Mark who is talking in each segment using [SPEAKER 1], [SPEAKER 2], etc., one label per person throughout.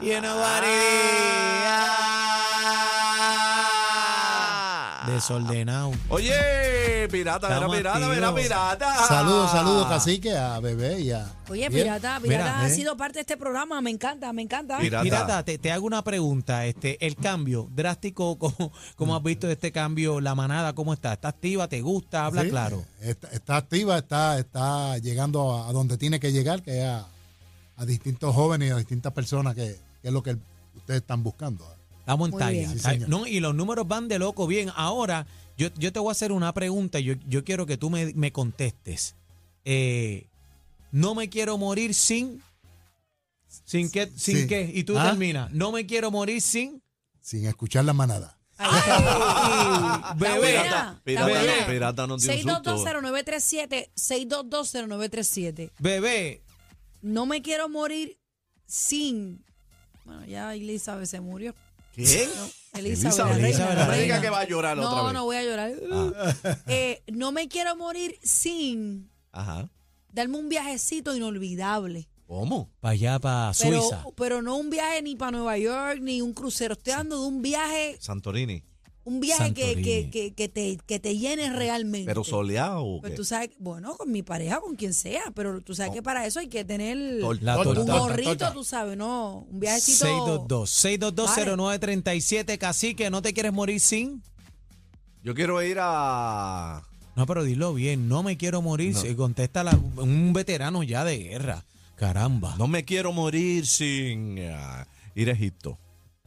[SPEAKER 1] You know what it is.
[SPEAKER 2] Desordenado.
[SPEAKER 1] Ah. Oye, pirata, verá
[SPEAKER 2] Estamos
[SPEAKER 1] pirata, verá
[SPEAKER 2] activos.
[SPEAKER 1] pirata.
[SPEAKER 3] Saludos, saludos, cacique, a bebé y a.
[SPEAKER 4] Oye,
[SPEAKER 3] Bien.
[SPEAKER 4] Pirata, Pirata
[SPEAKER 2] Mira,
[SPEAKER 4] ha
[SPEAKER 3] ¿eh?
[SPEAKER 4] sido parte de este programa, me encanta, me encanta.
[SPEAKER 1] Pirata.
[SPEAKER 2] Pirata, te, te hago una pregunta. Este, el cambio drástico, ¿cómo, cómo has visto este cambio? La manada, ¿cómo está? ¿Está activa? ¿Te gusta? Habla
[SPEAKER 3] Sí,
[SPEAKER 2] claro.
[SPEAKER 3] Está, está activa, está, está llegando a, a donde tiene que llegar, que es a, a distintos jóvenes y a distintas personas, que, que es lo que el- ustedes están buscando. ¿eh?
[SPEAKER 2] Estamos en
[SPEAKER 4] Muy
[SPEAKER 2] talla.
[SPEAKER 4] bien.
[SPEAKER 3] Sí, señor.
[SPEAKER 2] No, y los números van de loco bien. Ahora, yo, yo te voy a hacer una pregunta. Yo, yo quiero que tú me, me contestes. Eh, no me quiero morir sin. ¿Sin qué? ¿Sin
[SPEAKER 3] Sí.
[SPEAKER 2] qué? Y tú
[SPEAKER 3] ¿Ah?
[SPEAKER 2] terminas. No me quiero morir sin.
[SPEAKER 3] Sin escuchar la manada.
[SPEAKER 4] Ahí está.
[SPEAKER 1] Ah.
[SPEAKER 2] Bebé.
[SPEAKER 4] Está buena,
[SPEAKER 1] Pirata,
[SPEAKER 4] está
[SPEAKER 2] pirata,
[SPEAKER 4] buena.
[SPEAKER 1] pirata no dio un susto.
[SPEAKER 4] 6220937, 6220937.
[SPEAKER 2] Bebé.
[SPEAKER 4] No me quiero morir sin... Bueno, ya Elizabeth se murió.
[SPEAKER 1] ¿Quién?
[SPEAKER 4] No, Elizabeth, la
[SPEAKER 1] Elizabeth,
[SPEAKER 4] reina,
[SPEAKER 2] Elizabeth,
[SPEAKER 4] la
[SPEAKER 2] la
[SPEAKER 1] No me diga
[SPEAKER 4] reina.
[SPEAKER 1] que va a llorar otra
[SPEAKER 4] No,
[SPEAKER 1] vez. Ah.
[SPEAKER 4] no voy a llorar. Eh, no me quiero morir sin
[SPEAKER 1] Ajá.
[SPEAKER 4] darme un viajecito inolvidable.
[SPEAKER 1] ¿Cómo?
[SPEAKER 2] Para allá, para
[SPEAKER 4] Pero,
[SPEAKER 2] Suiza.
[SPEAKER 4] pero no un viaje ni para Nueva York, ni un crucero. Estoy hablando de un viaje,
[SPEAKER 1] Santorini.
[SPEAKER 4] un viaje que,
[SPEAKER 2] Santorini.
[SPEAKER 4] que, que, que te, que te llene realmente.
[SPEAKER 1] ¿Pero soleado o
[SPEAKER 4] Pero
[SPEAKER 1] qué?
[SPEAKER 4] tú sabes, bueno, con mi pareja, con quien sea, pero tú sabes que para eso hay que tener
[SPEAKER 1] Tol-
[SPEAKER 2] La
[SPEAKER 1] tol-
[SPEAKER 4] un
[SPEAKER 2] torta,
[SPEAKER 1] tol-
[SPEAKER 4] gorrito,
[SPEAKER 3] torta.
[SPEAKER 4] tú sabes, ¿no? Un viajecito.
[SPEAKER 2] 622. 6220937. Cacique, ¿no te quieres morir sin?
[SPEAKER 1] Yo quiero ir a...
[SPEAKER 2] No, pero dilo bien. No me quiero morir.
[SPEAKER 1] No.
[SPEAKER 2] sin. Contesta la- un veterano ya de guerra. Caramba.
[SPEAKER 1] No me quiero morir sin ah, ir a Egipto.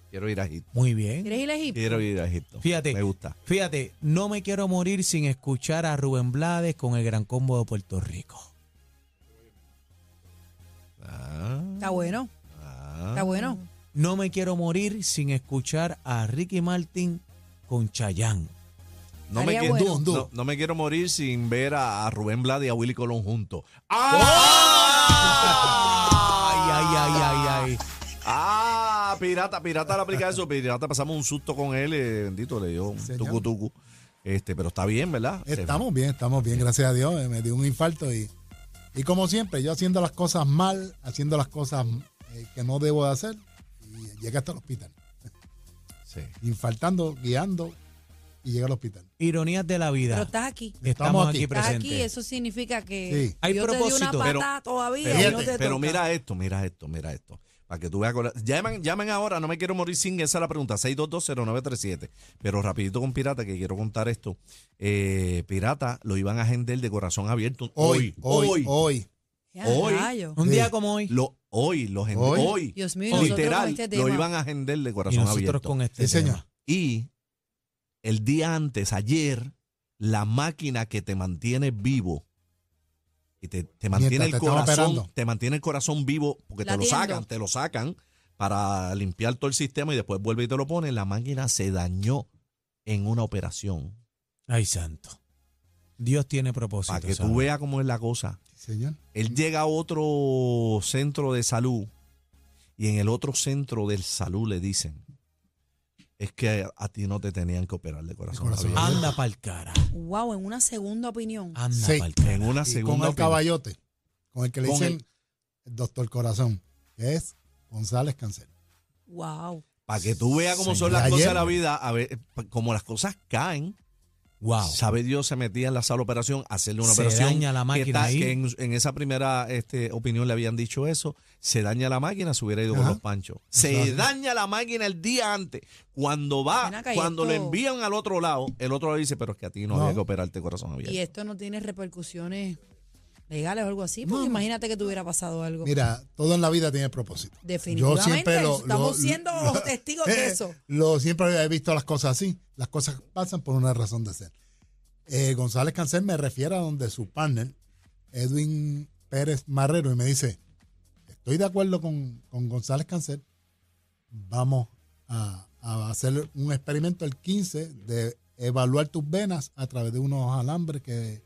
[SPEAKER 1] Quiero ir a Egipto.
[SPEAKER 2] Muy bien.
[SPEAKER 4] ¿Quieres ir a Egipto?
[SPEAKER 1] Quiero ir a Egipto.
[SPEAKER 2] Fíjate.
[SPEAKER 1] Me gusta.
[SPEAKER 2] Fíjate, no me quiero morir sin escuchar a Rubén Blades con el Gran Combo de Puerto Rico.
[SPEAKER 1] Ah,
[SPEAKER 4] Está bueno,
[SPEAKER 1] ah.
[SPEAKER 4] está bueno.
[SPEAKER 2] No me quiero morir sin escuchar a Ricky Martin con Chayanne.
[SPEAKER 1] No me,
[SPEAKER 4] Estaría
[SPEAKER 1] quiero,
[SPEAKER 4] bueno.
[SPEAKER 1] no, no me quiero morir sin ver a, a Rubén Blades y a Willy Colón juntos.
[SPEAKER 3] ¡Oh!
[SPEAKER 1] ¡Ah!
[SPEAKER 2] Ay, ay, ay, ay, ay.
[SPEAKER 1] ¡Ah! Pirata, pirata le aplica eso. Pirata, pasamos un susto con él. eh, bendito, le dio un
[SPEAKER 3] Señor.
[SPEAKER 1] tucu tucu. Este, pero está bien, ¿verdad? Se-
[SPEAKER 3] Estamos bien, estamos bien, gracias a Dios. eh, Me dio un infarto y, y como siempre, yo haciendo las cosas mal, haciendo las cosas eh, que no debo de hacer, y llegué hasta el hospital.
[SPEAKER 1] sí.
[SPEAKER 3] Infartando, guiando, y llegué al hospital.
[SPEAKER 2] Ironías de la
[SPEAKER 4] Pero
[SPEAKER 2] vida.
[SPEAKER 4] estás aquí.
[SPEAKER 2] Estamos
[SPEAKER 3] Estamos
[SPEAKER 2] aquí,
[SPEAKER 3] aquí.
[SPEAKER 4] Estás
[SPEAKER 2] presentes.
[SPEAKER 4] aquí, eso significa que
[SPEAKER 3] Sí.
[SPEAKER 2] Hay
[SPEAKER 4] yo te di
[SPEAKER 2] propósito.
[SPEAKER 4] una
[SPEAKER 1] Pero-
[SPEAKER 4] patada todavía
[SPEAKER 1] Pero,
[SPEAKER 4] y no te
[SPEAKER 1] pero
[SPEAKER 4] toca.
[SPEAKER 1] mira esto, mira esto, mira esto. Para que tú veas. con la- Llamen, llamen ahora, no me quiero morir sin esa es la pregunta. 6220937. Pero rapidito con Pirata, que quiero contar esto. Eh, pirata, lo iban a agender de corazón abierto.
[SPEAKER 3] Hoy, hoy, hoy.
[SPEAKER 4] Ya,
[SPEAKER 1] hoy-
[SPEAKER 4] rayo.
[SPEAKER 2] Un
[SPEAKER 3] Sí.
[SPEAKER 2] día como hoy.
[SPEAKER 1] Lo, hoy, los gen-
[SPEAKER 3] Hoy.
[SPEAKER 1] hoy.
[SPEAKER 4] Dios mío, nosotros
[SPEAKER 1] literal,
[SPEAKER 4] con este
[SPEAKER 1] lo
[SPEAKER 4] tema.
[SPEAKER 1] iban a agender de
[SPEAKER 2] Y
[SPEAKER 1] corazón
[SPEAKER 2] nosotros
[SPEAKER 1] abierto.
[SPEAKER 2] con este
[SPEAKER 3] Sí, señor.
[SPEAKER 2] tema.
[SPEAKER 1] Y el día antes, ayer, la máquina que te mantiene vivo y te, te mantiene
[SPEAKER 3] Mientras
[SPEAKER 1] el
[SPEAKER 3] te están
[SPEAKER 1] corazón,
[SPEAKER 3] operando.
[SPEAKER 1] te mantiene el corazón vivo porque te lo
[SPEAKER 4] Latiendo.
[SPEAKER 1] sacan, te lo sacan para limpiar todo el sistema y después vuelve y te lo pone. La máquina se dañó en una operación.
[SPEAKER 2] Ay, santo. Dios tiene propósito.
[SPEAKER 1] Para que
[SPEAKER 2] ¿sabes?
[SPEAKER 1] tú veas cómo es la cosa.
[SPEAKER 3] Sí, señor.
[SPEAKER 1] Él llega a otro centro de salud y en el otro centro del salud le dicen, es que a ti no te tenían que operar de corazón.
[SPEAKER 3] corazón
[SPEAKER 1] abierto".
[SPEAKER 2] Anda pa'l cara.
[SPEAKER 4] Wow, en una segunda opinión.
[SPEAKER 1] Ah.
[SPEAKER 2] Anda
[SPEAKER 3] Sí.
[SPEAKER 2] pa'l
[SPEAKER 1] En
[SPEAKER 2] cara.
[SPEAKER 1] una
[SPEAKER 3] Y con
[SPEAKER 1] segunda
[SPEAKER 3] el
[SPEAKER 1] opinión.
[SPEAKER 3] caballote, con el que le
[SPEAKER 1] Con
[SPEAKER 3] dicen el doctor Corazón, que es González Cancel.
[SPEAKER 4] Wow.
[SPEAKER 1] Para que tú veas cómo
[SPEAKER 3] Señor.
[SPEAKER 1] son las
[SPEAKER 3] Ayer-
[SPEAKER 1] cosas de la vida, a ver, pa- como las cosas caen,
[SPEAKER 2] Wow.
[SPEAKER 1] sabe Dios se metía en la sala de operación, a hacerle una
[SPEAKER 2] Se
[SPEAKER 1] operación.
[SPEAKER 2] daña la
[SPEAKER 1] que
[SPEAKER 2] máquina
[SPEAKER 1] está-
[SPEAKER 2] ahí.
[SPEAKER 1] que en, en esa primera este, opinión le habían dicho eso, se daña la máquina, se hubiera ido con
[SPEAKER 3] Ajá.
[SPEAKER 1] los panchos. Se
[SPEAKER 3] Claro.
[SPEAKER 1] daña la máquina el día antes. Cuando
[SPEAKER 4] Ven
[SPEAKER 1] va,
[SPEAKER 4] acá, y
[SPEAKER 1] cuando lo
[SPEAKER 4] esto-
[SPEAKER 1] envían al otro lado, el otro lado dice, pero es que a ti no,
[SPEAKER 3] No.
[SPEAKER 1] había que operarte corazón abierto.
[SPEAKER 4] Y esto no tiene repercusiones legales o algo así, porque
[SPEAKER 3] No, no.
[SPEAKER 4] imagínate que te hubiera pasado algo.
[SPEAKER 3] Mira, todo en la vida tiene propósito.
[SPEAKER 4] Definitivamente,
[SPEAKER 3] Yo siempre lo-
[SPEAKER 4] estamos
[SPEAKER 3] lo-
[SPEAKER 4] siendo
[SPEAKER 3] lo-
[SPEAKER 4] testigos de eso.
[SPEAKER 3] Lo, siempre he visto las cosas así. Las cosas pasan por una razón de ser. Eh, González Cancel me refiere a donde su partner, Edwin Pérez Marrero, y me dice, estoy de acuerdo con, con González Cancel, vamos a, a hacer un experimento el 15 de evaluar tus venas a través de unos alambres que,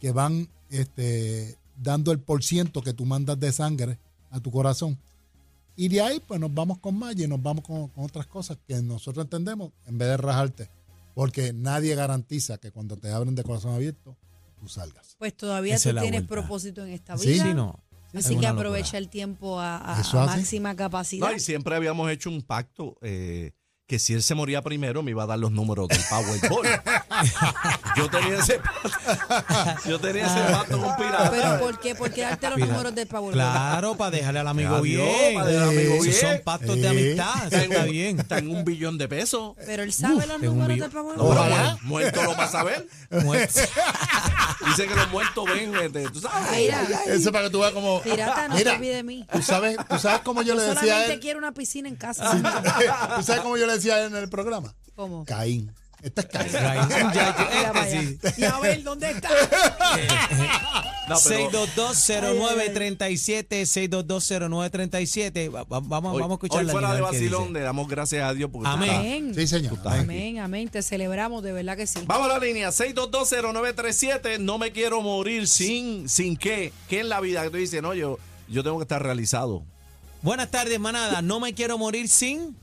[SPEAKER 3] que van este, dando el por ciento que tú mandas de sangre a tu corazón. Y de ahí, pues nos vamos con más y nos vamos con, con otras cosas que nosotros entendemos en vez de rajarte. Porque nadie garantiza que cuando te abren de corazón abierto, tú salgas.
[SPEAKER 4] Pues todavía
[SPEAKER 2] Esa es
[SPEAKER 4] tú
[SPEAKER 2] la
[SPEAKER 4] tienes
[SPEAKER 2] vuelta.
[SPEAKER 4] propósito en esta
[SPEAKER 3] Sí,
[SPEAKER 4] vida.
[SPEAKER 2] Sí, no.
[SPEAKER 4] Así
[SPEAKER 2] Es
[SPEAKER 4] que
[SPEAKER 2] una
[SPEAKER 4] aprovecha
[SPEAKER 2] locura.
[SPEAKER 4] el tiempo a, a-
[SPEAKER 3] Eso
[SPEAKER 4] a
[SPEAKER 3] hace.
[SPEAKER 4] máxima capacidad.
[SPEAKER 1] No, y siempre habíamos hecho un pacto eh, que si él se moría primero me iba a dar los números del Powerball. yo tenía ese pacto, yo tenía ese pacto con pirata.
[SPEAKER 4] Pero ¿por qué? ¿Por qué darte los
[SPEAKER 2] Mira,
[SPEAKER 4] números del Powerball?
[SPEAKER 2] Claro, para dejarle al amigo
[SPEAKER 1] Adiós,
[SPEAKER 2] bien.
[SPEAKER 1] para dejar al amigo
[SPEAKER 2] Esos
[SPEAKER 1] bien.
[SPEAKER 2] son pactos de
[SPEAKER 3] Eh.
[SPEAKER 2] amistad, eso está
[SPEAKER 1] en-
[SPEAKER 2] bien.
[SPEAKER 1] Está en un billón de pesos.
[SPEAKER 4] Pero él sabe
[SPEAKER 2] Uf,
[SPEAKER 4] los
[SPEAKER 2] tengo un
[SPEAKER 4] números
[SPEAKER 2] millón.
[SPEAKER 4] del Powerball.
[SPEAKER 1] No, pero
[SPEAKER 3] Ojalá.
[SPEAKER 1] mu- muerto lo vas a ver.
[SPEAKER 2] Muerto.
[SPEAKER 1] Dice que los muertos ven, este, tú sabes.
[SPEAKER 4] Mira,
[SPEAKER 3] Eso para que tú veas como.
[SPEAKER 4] pirata, no
[SPEAKER 3] Mira,
[SPEAKER 4] te olvides de mí.
[SPEAKER 3] ¿tú sabes, tú sabes cómo yo le decía a
[SPEAKER 4] Solamente
[SPEAKER 3] él.
[SPEAKER 4] quiero una piscina en casa.
[SPEAKER 3] ¿Tú sabes cómo yo le decía a él en el programa?
[SPEAKER 4] ¿Cómo?
[SPEAKER 3] Caín. Este es Caín.
[SPEAKER 4] Mira
[SPEAKER 1] este
[SPEAKER 4] para allá. Y a ver, ¿dónde está?
[SPEAKER 1] No,
[SPEAKER 2] Ah,
[SPEAKER 1] pero-
[SPEAKER 2] 6220937, 6220937. Va- va- Vamos,
[SPEAKER 1] Hoy,
[SPEAKER 2] vamos a escuchar
[SPEAKER 1] hoy
[SPEAKER 2] la
[SPEAKER 1] fuera de
[SPEAKER 2] señal que dice.
[SPEAKER 1] vacilón le damos gracias a Dios porque tú
[SPEAKER 2] Amén.
[SPEAKER 1] estás-
[SPEAKER 4] Amén.
[SPEAKER 3] Sí, señor.
[SPEAKER 4] Amén, amén. Te celebramos, de verdad que sí.
[SPEAKER 1] Vamos a la línea 6220937. No me quiero morir sin sin qué. ¿Qué en la vida que tú dices? No, yo, yo tengo que estar realizado.
[SPEAKER 2] Buenas tardes, manada. No me quiero morir sin.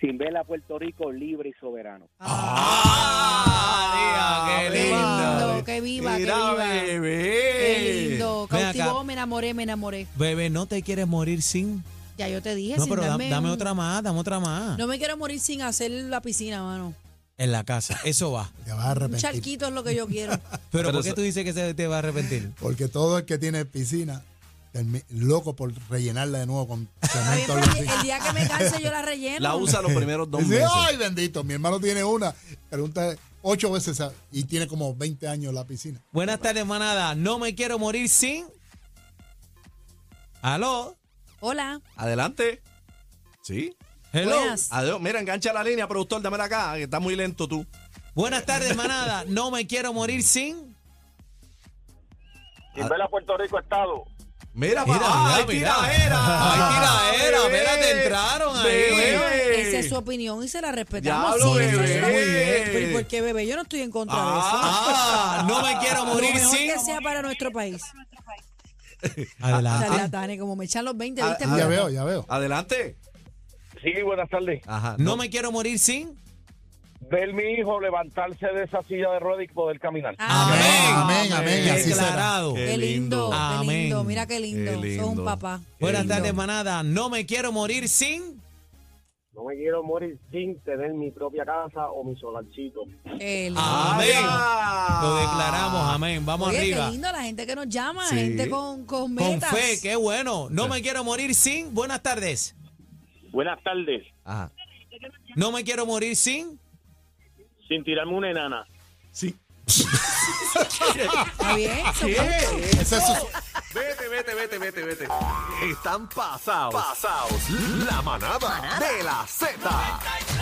[SPEAKER 5] sin ver a Puerto Rico libre y soberano.
[SPEAKER 3] Ah.
[SPEAKER 1] ¡Ah!
[SPEAKER 2] qué
[SPEAKER 4] Qué
[SPEAKER 2] linda.
[SPEAKER 4] lindo, que viva, que
[SPEAKER 1] Mira,
[SPEAKER 4] viva.
[SPEAKER 1] bebé.
[SPEAKER 4] Qué lindo.
[SPEAKER 2] Ven acá.
[SPEAKER 4] Cautivó, me enamoré, me enamoré.
[SPEAKER 2] Bebé, no te quieres morir sin.
[SPEAKER 4] Ya yo te dije,
[SPEAKER 2] No,
[SPEAKER 4] sin
[SPEAKER 2] pero da-
[SPEAKER 4] darme
[SPEAKER 2] dame
[SPEAKER 4] un-
[SPEAKER 2] otra más, dame otra más.
[SPEAKER 4] No me quiero morir sin hacer la piscina, mano.
[SPEAKER 2] En la casa, eso va.
[SPEAKER 3] Te vas a
[SPEAKER 4] Un
[SPEAKER 3] arrepentir.
[SPEAKER 4] charquito es lo que yo quiero.
[SPEAKER 2] Pero,
[SPEAKER 1] Pero
[SPEAKER 2] ¿por qué
[SPEAKER 1] eso-
[SPEAKER 2] tú dices que se te va a arrepentir?
[SPEAKER 3] Porque todo el que tiene piscina, termi- loco por rellenarla de nuevo con
[SPEAKER 4] Está bien,
[SPEAKER 3] cemento. algo
[SPEAKER 4] pero
[SPEAKER 3] así.
[SPEAKER 4] el día que me canse yo la relleno.
[SPEAKER 1] La usa los primeros dos
[SPEAKER 3] Dice,
[SPEAKER 1] meses.
[SPEAKER 3] ay, bendito, mi hermano tiene una. Pregunta ocho veces a- y tiene como 20 años la piscina.
[SPEAKER 2] Buenas tardes, manada. No me quiero morir sin. Aló.
[SPEAKER 4] Hola.
[SPEAKER 1] Adelante. Sí.
[SPEAKER 2] Hello.
[SPEAKER 4] Buenas.
[SPEAKER 1] Adiós. Mira, engancha la línea, productor. Dámela acá, que está muy lento tú.
[SPEAKER 2] Buenas tardes, manada. No me quiero morir sin.
[SPEAKER 5] Sin ver a Puerto Rico Estado.
[SPEAKER 1] Mira,
[SPEAKER 2] Mira,
[SPEAKER 1] papá,
[SPEAKER 2] mira,
[SPEAKER 1] hay
[SPEAKER 2] mira.
[SPEAKER 1] tiradera.
[SPEAKER 2] Hay tiraera,
[SPEAKER 1] Bebé.
[SPEAKER 2] mira, te entraron ahí.
[SPEAKER 1] Bebé.
[SPEAKER 4] Esa es su opinión y se la respetamos.
[SPEAKER 1] Diablo,
[SPEAKER 4] Sí, eso es
[SPEAKER 1] bebé.
[SPEAKER 4] muy bien. Pero ¿y por qué, bebé? Yo no estoy en contra de eso.
[SPEAKER 2] Ah, no me quiero
[SPEAKER 4] Lo
[SPEAKER 2] morir
[SPEAKER 4] mejor
[SPEAKER 2] sin.
[SPEAKER 4] que sea para nuestro país.
[SPEAKER 2] Adelante.
[SPEAKER 4] Charlatanes, como me echan los 20, ¿viste?
[SPEAKER 1] Ah,
[SPEAKER 4] Pero-
[SPEAKER 3] Ya veo, ya veo.
[SPEAKER 1] Adelante.
[SPEAKER 5] Sí, buenas tardes.
[SPEAKER 1] Ajá.
[SPEAKER 2] No me quiero morir sin.
[SPEAKER 5] Ver mi hijo levantarse de esa silla de ruedas y poder caminar.
[SPEAKER 4] Ah,
[SPEAKER 3] Amén, amén, y así será.
[SPEAKER 2] Declarado.
[SPEAKER 1] Qué
[SPEAKER 4] Qué lindo, qué
[SPEAKER 2] Amén.
[SPEAKER 4] lindo, mira qué lindo.
[SPEAKER 1] Qué
[SPEAKER 4] Sos
[SPEAKER 1] lindo.
[SPEAKER 4] un papá.
[SPEAKER 2] Buenas
[SPEAKER 1] Qué
[SPEAKER 2] tardes,
[SPEAKER 1] lindo.
[SPEAKER 2] manada. No me quiero morir sin.
[SPEAKER 5] No me quiero morir sin tener mi propia casa o mi solarcito.
[SPEAKER 4] Qué lindo.
[SPEAKER 2] Amén.
[SPEAKER 1] Ah.
[SPEAKER 2] Lo declaramos, amén. Vamos
[SPEAKER 4] Oye,
[SPEAKER 2] arriba.
[SPEAKER 4] qué lindo la gente que nos llama,
[SPEAKER 1] Sí.
[SPEAKER 4] gente con,
[SPEAKER 2] Con
[SPEAKER 4] con metas.
[SPEAKER 2] fe, qué bueno. No me quiero morir sin. Buenas tardes.
[SPEAKER 5] Buenas tardes.
[SPEAKER 1] Ajá.
[SPEAKER 2] No me quiero morir sin.
[SPEAKER 5] Sin tirarme una enana.
[SPEAKER 1] Sí.
[SPEAKER 4] Está bien, eso fue-
[SPEAKER 3] Ese es su-
[SPEAKER 6] Vete, vete, vete, vete, vete. Están pasados. Pasados. La manada de la Z.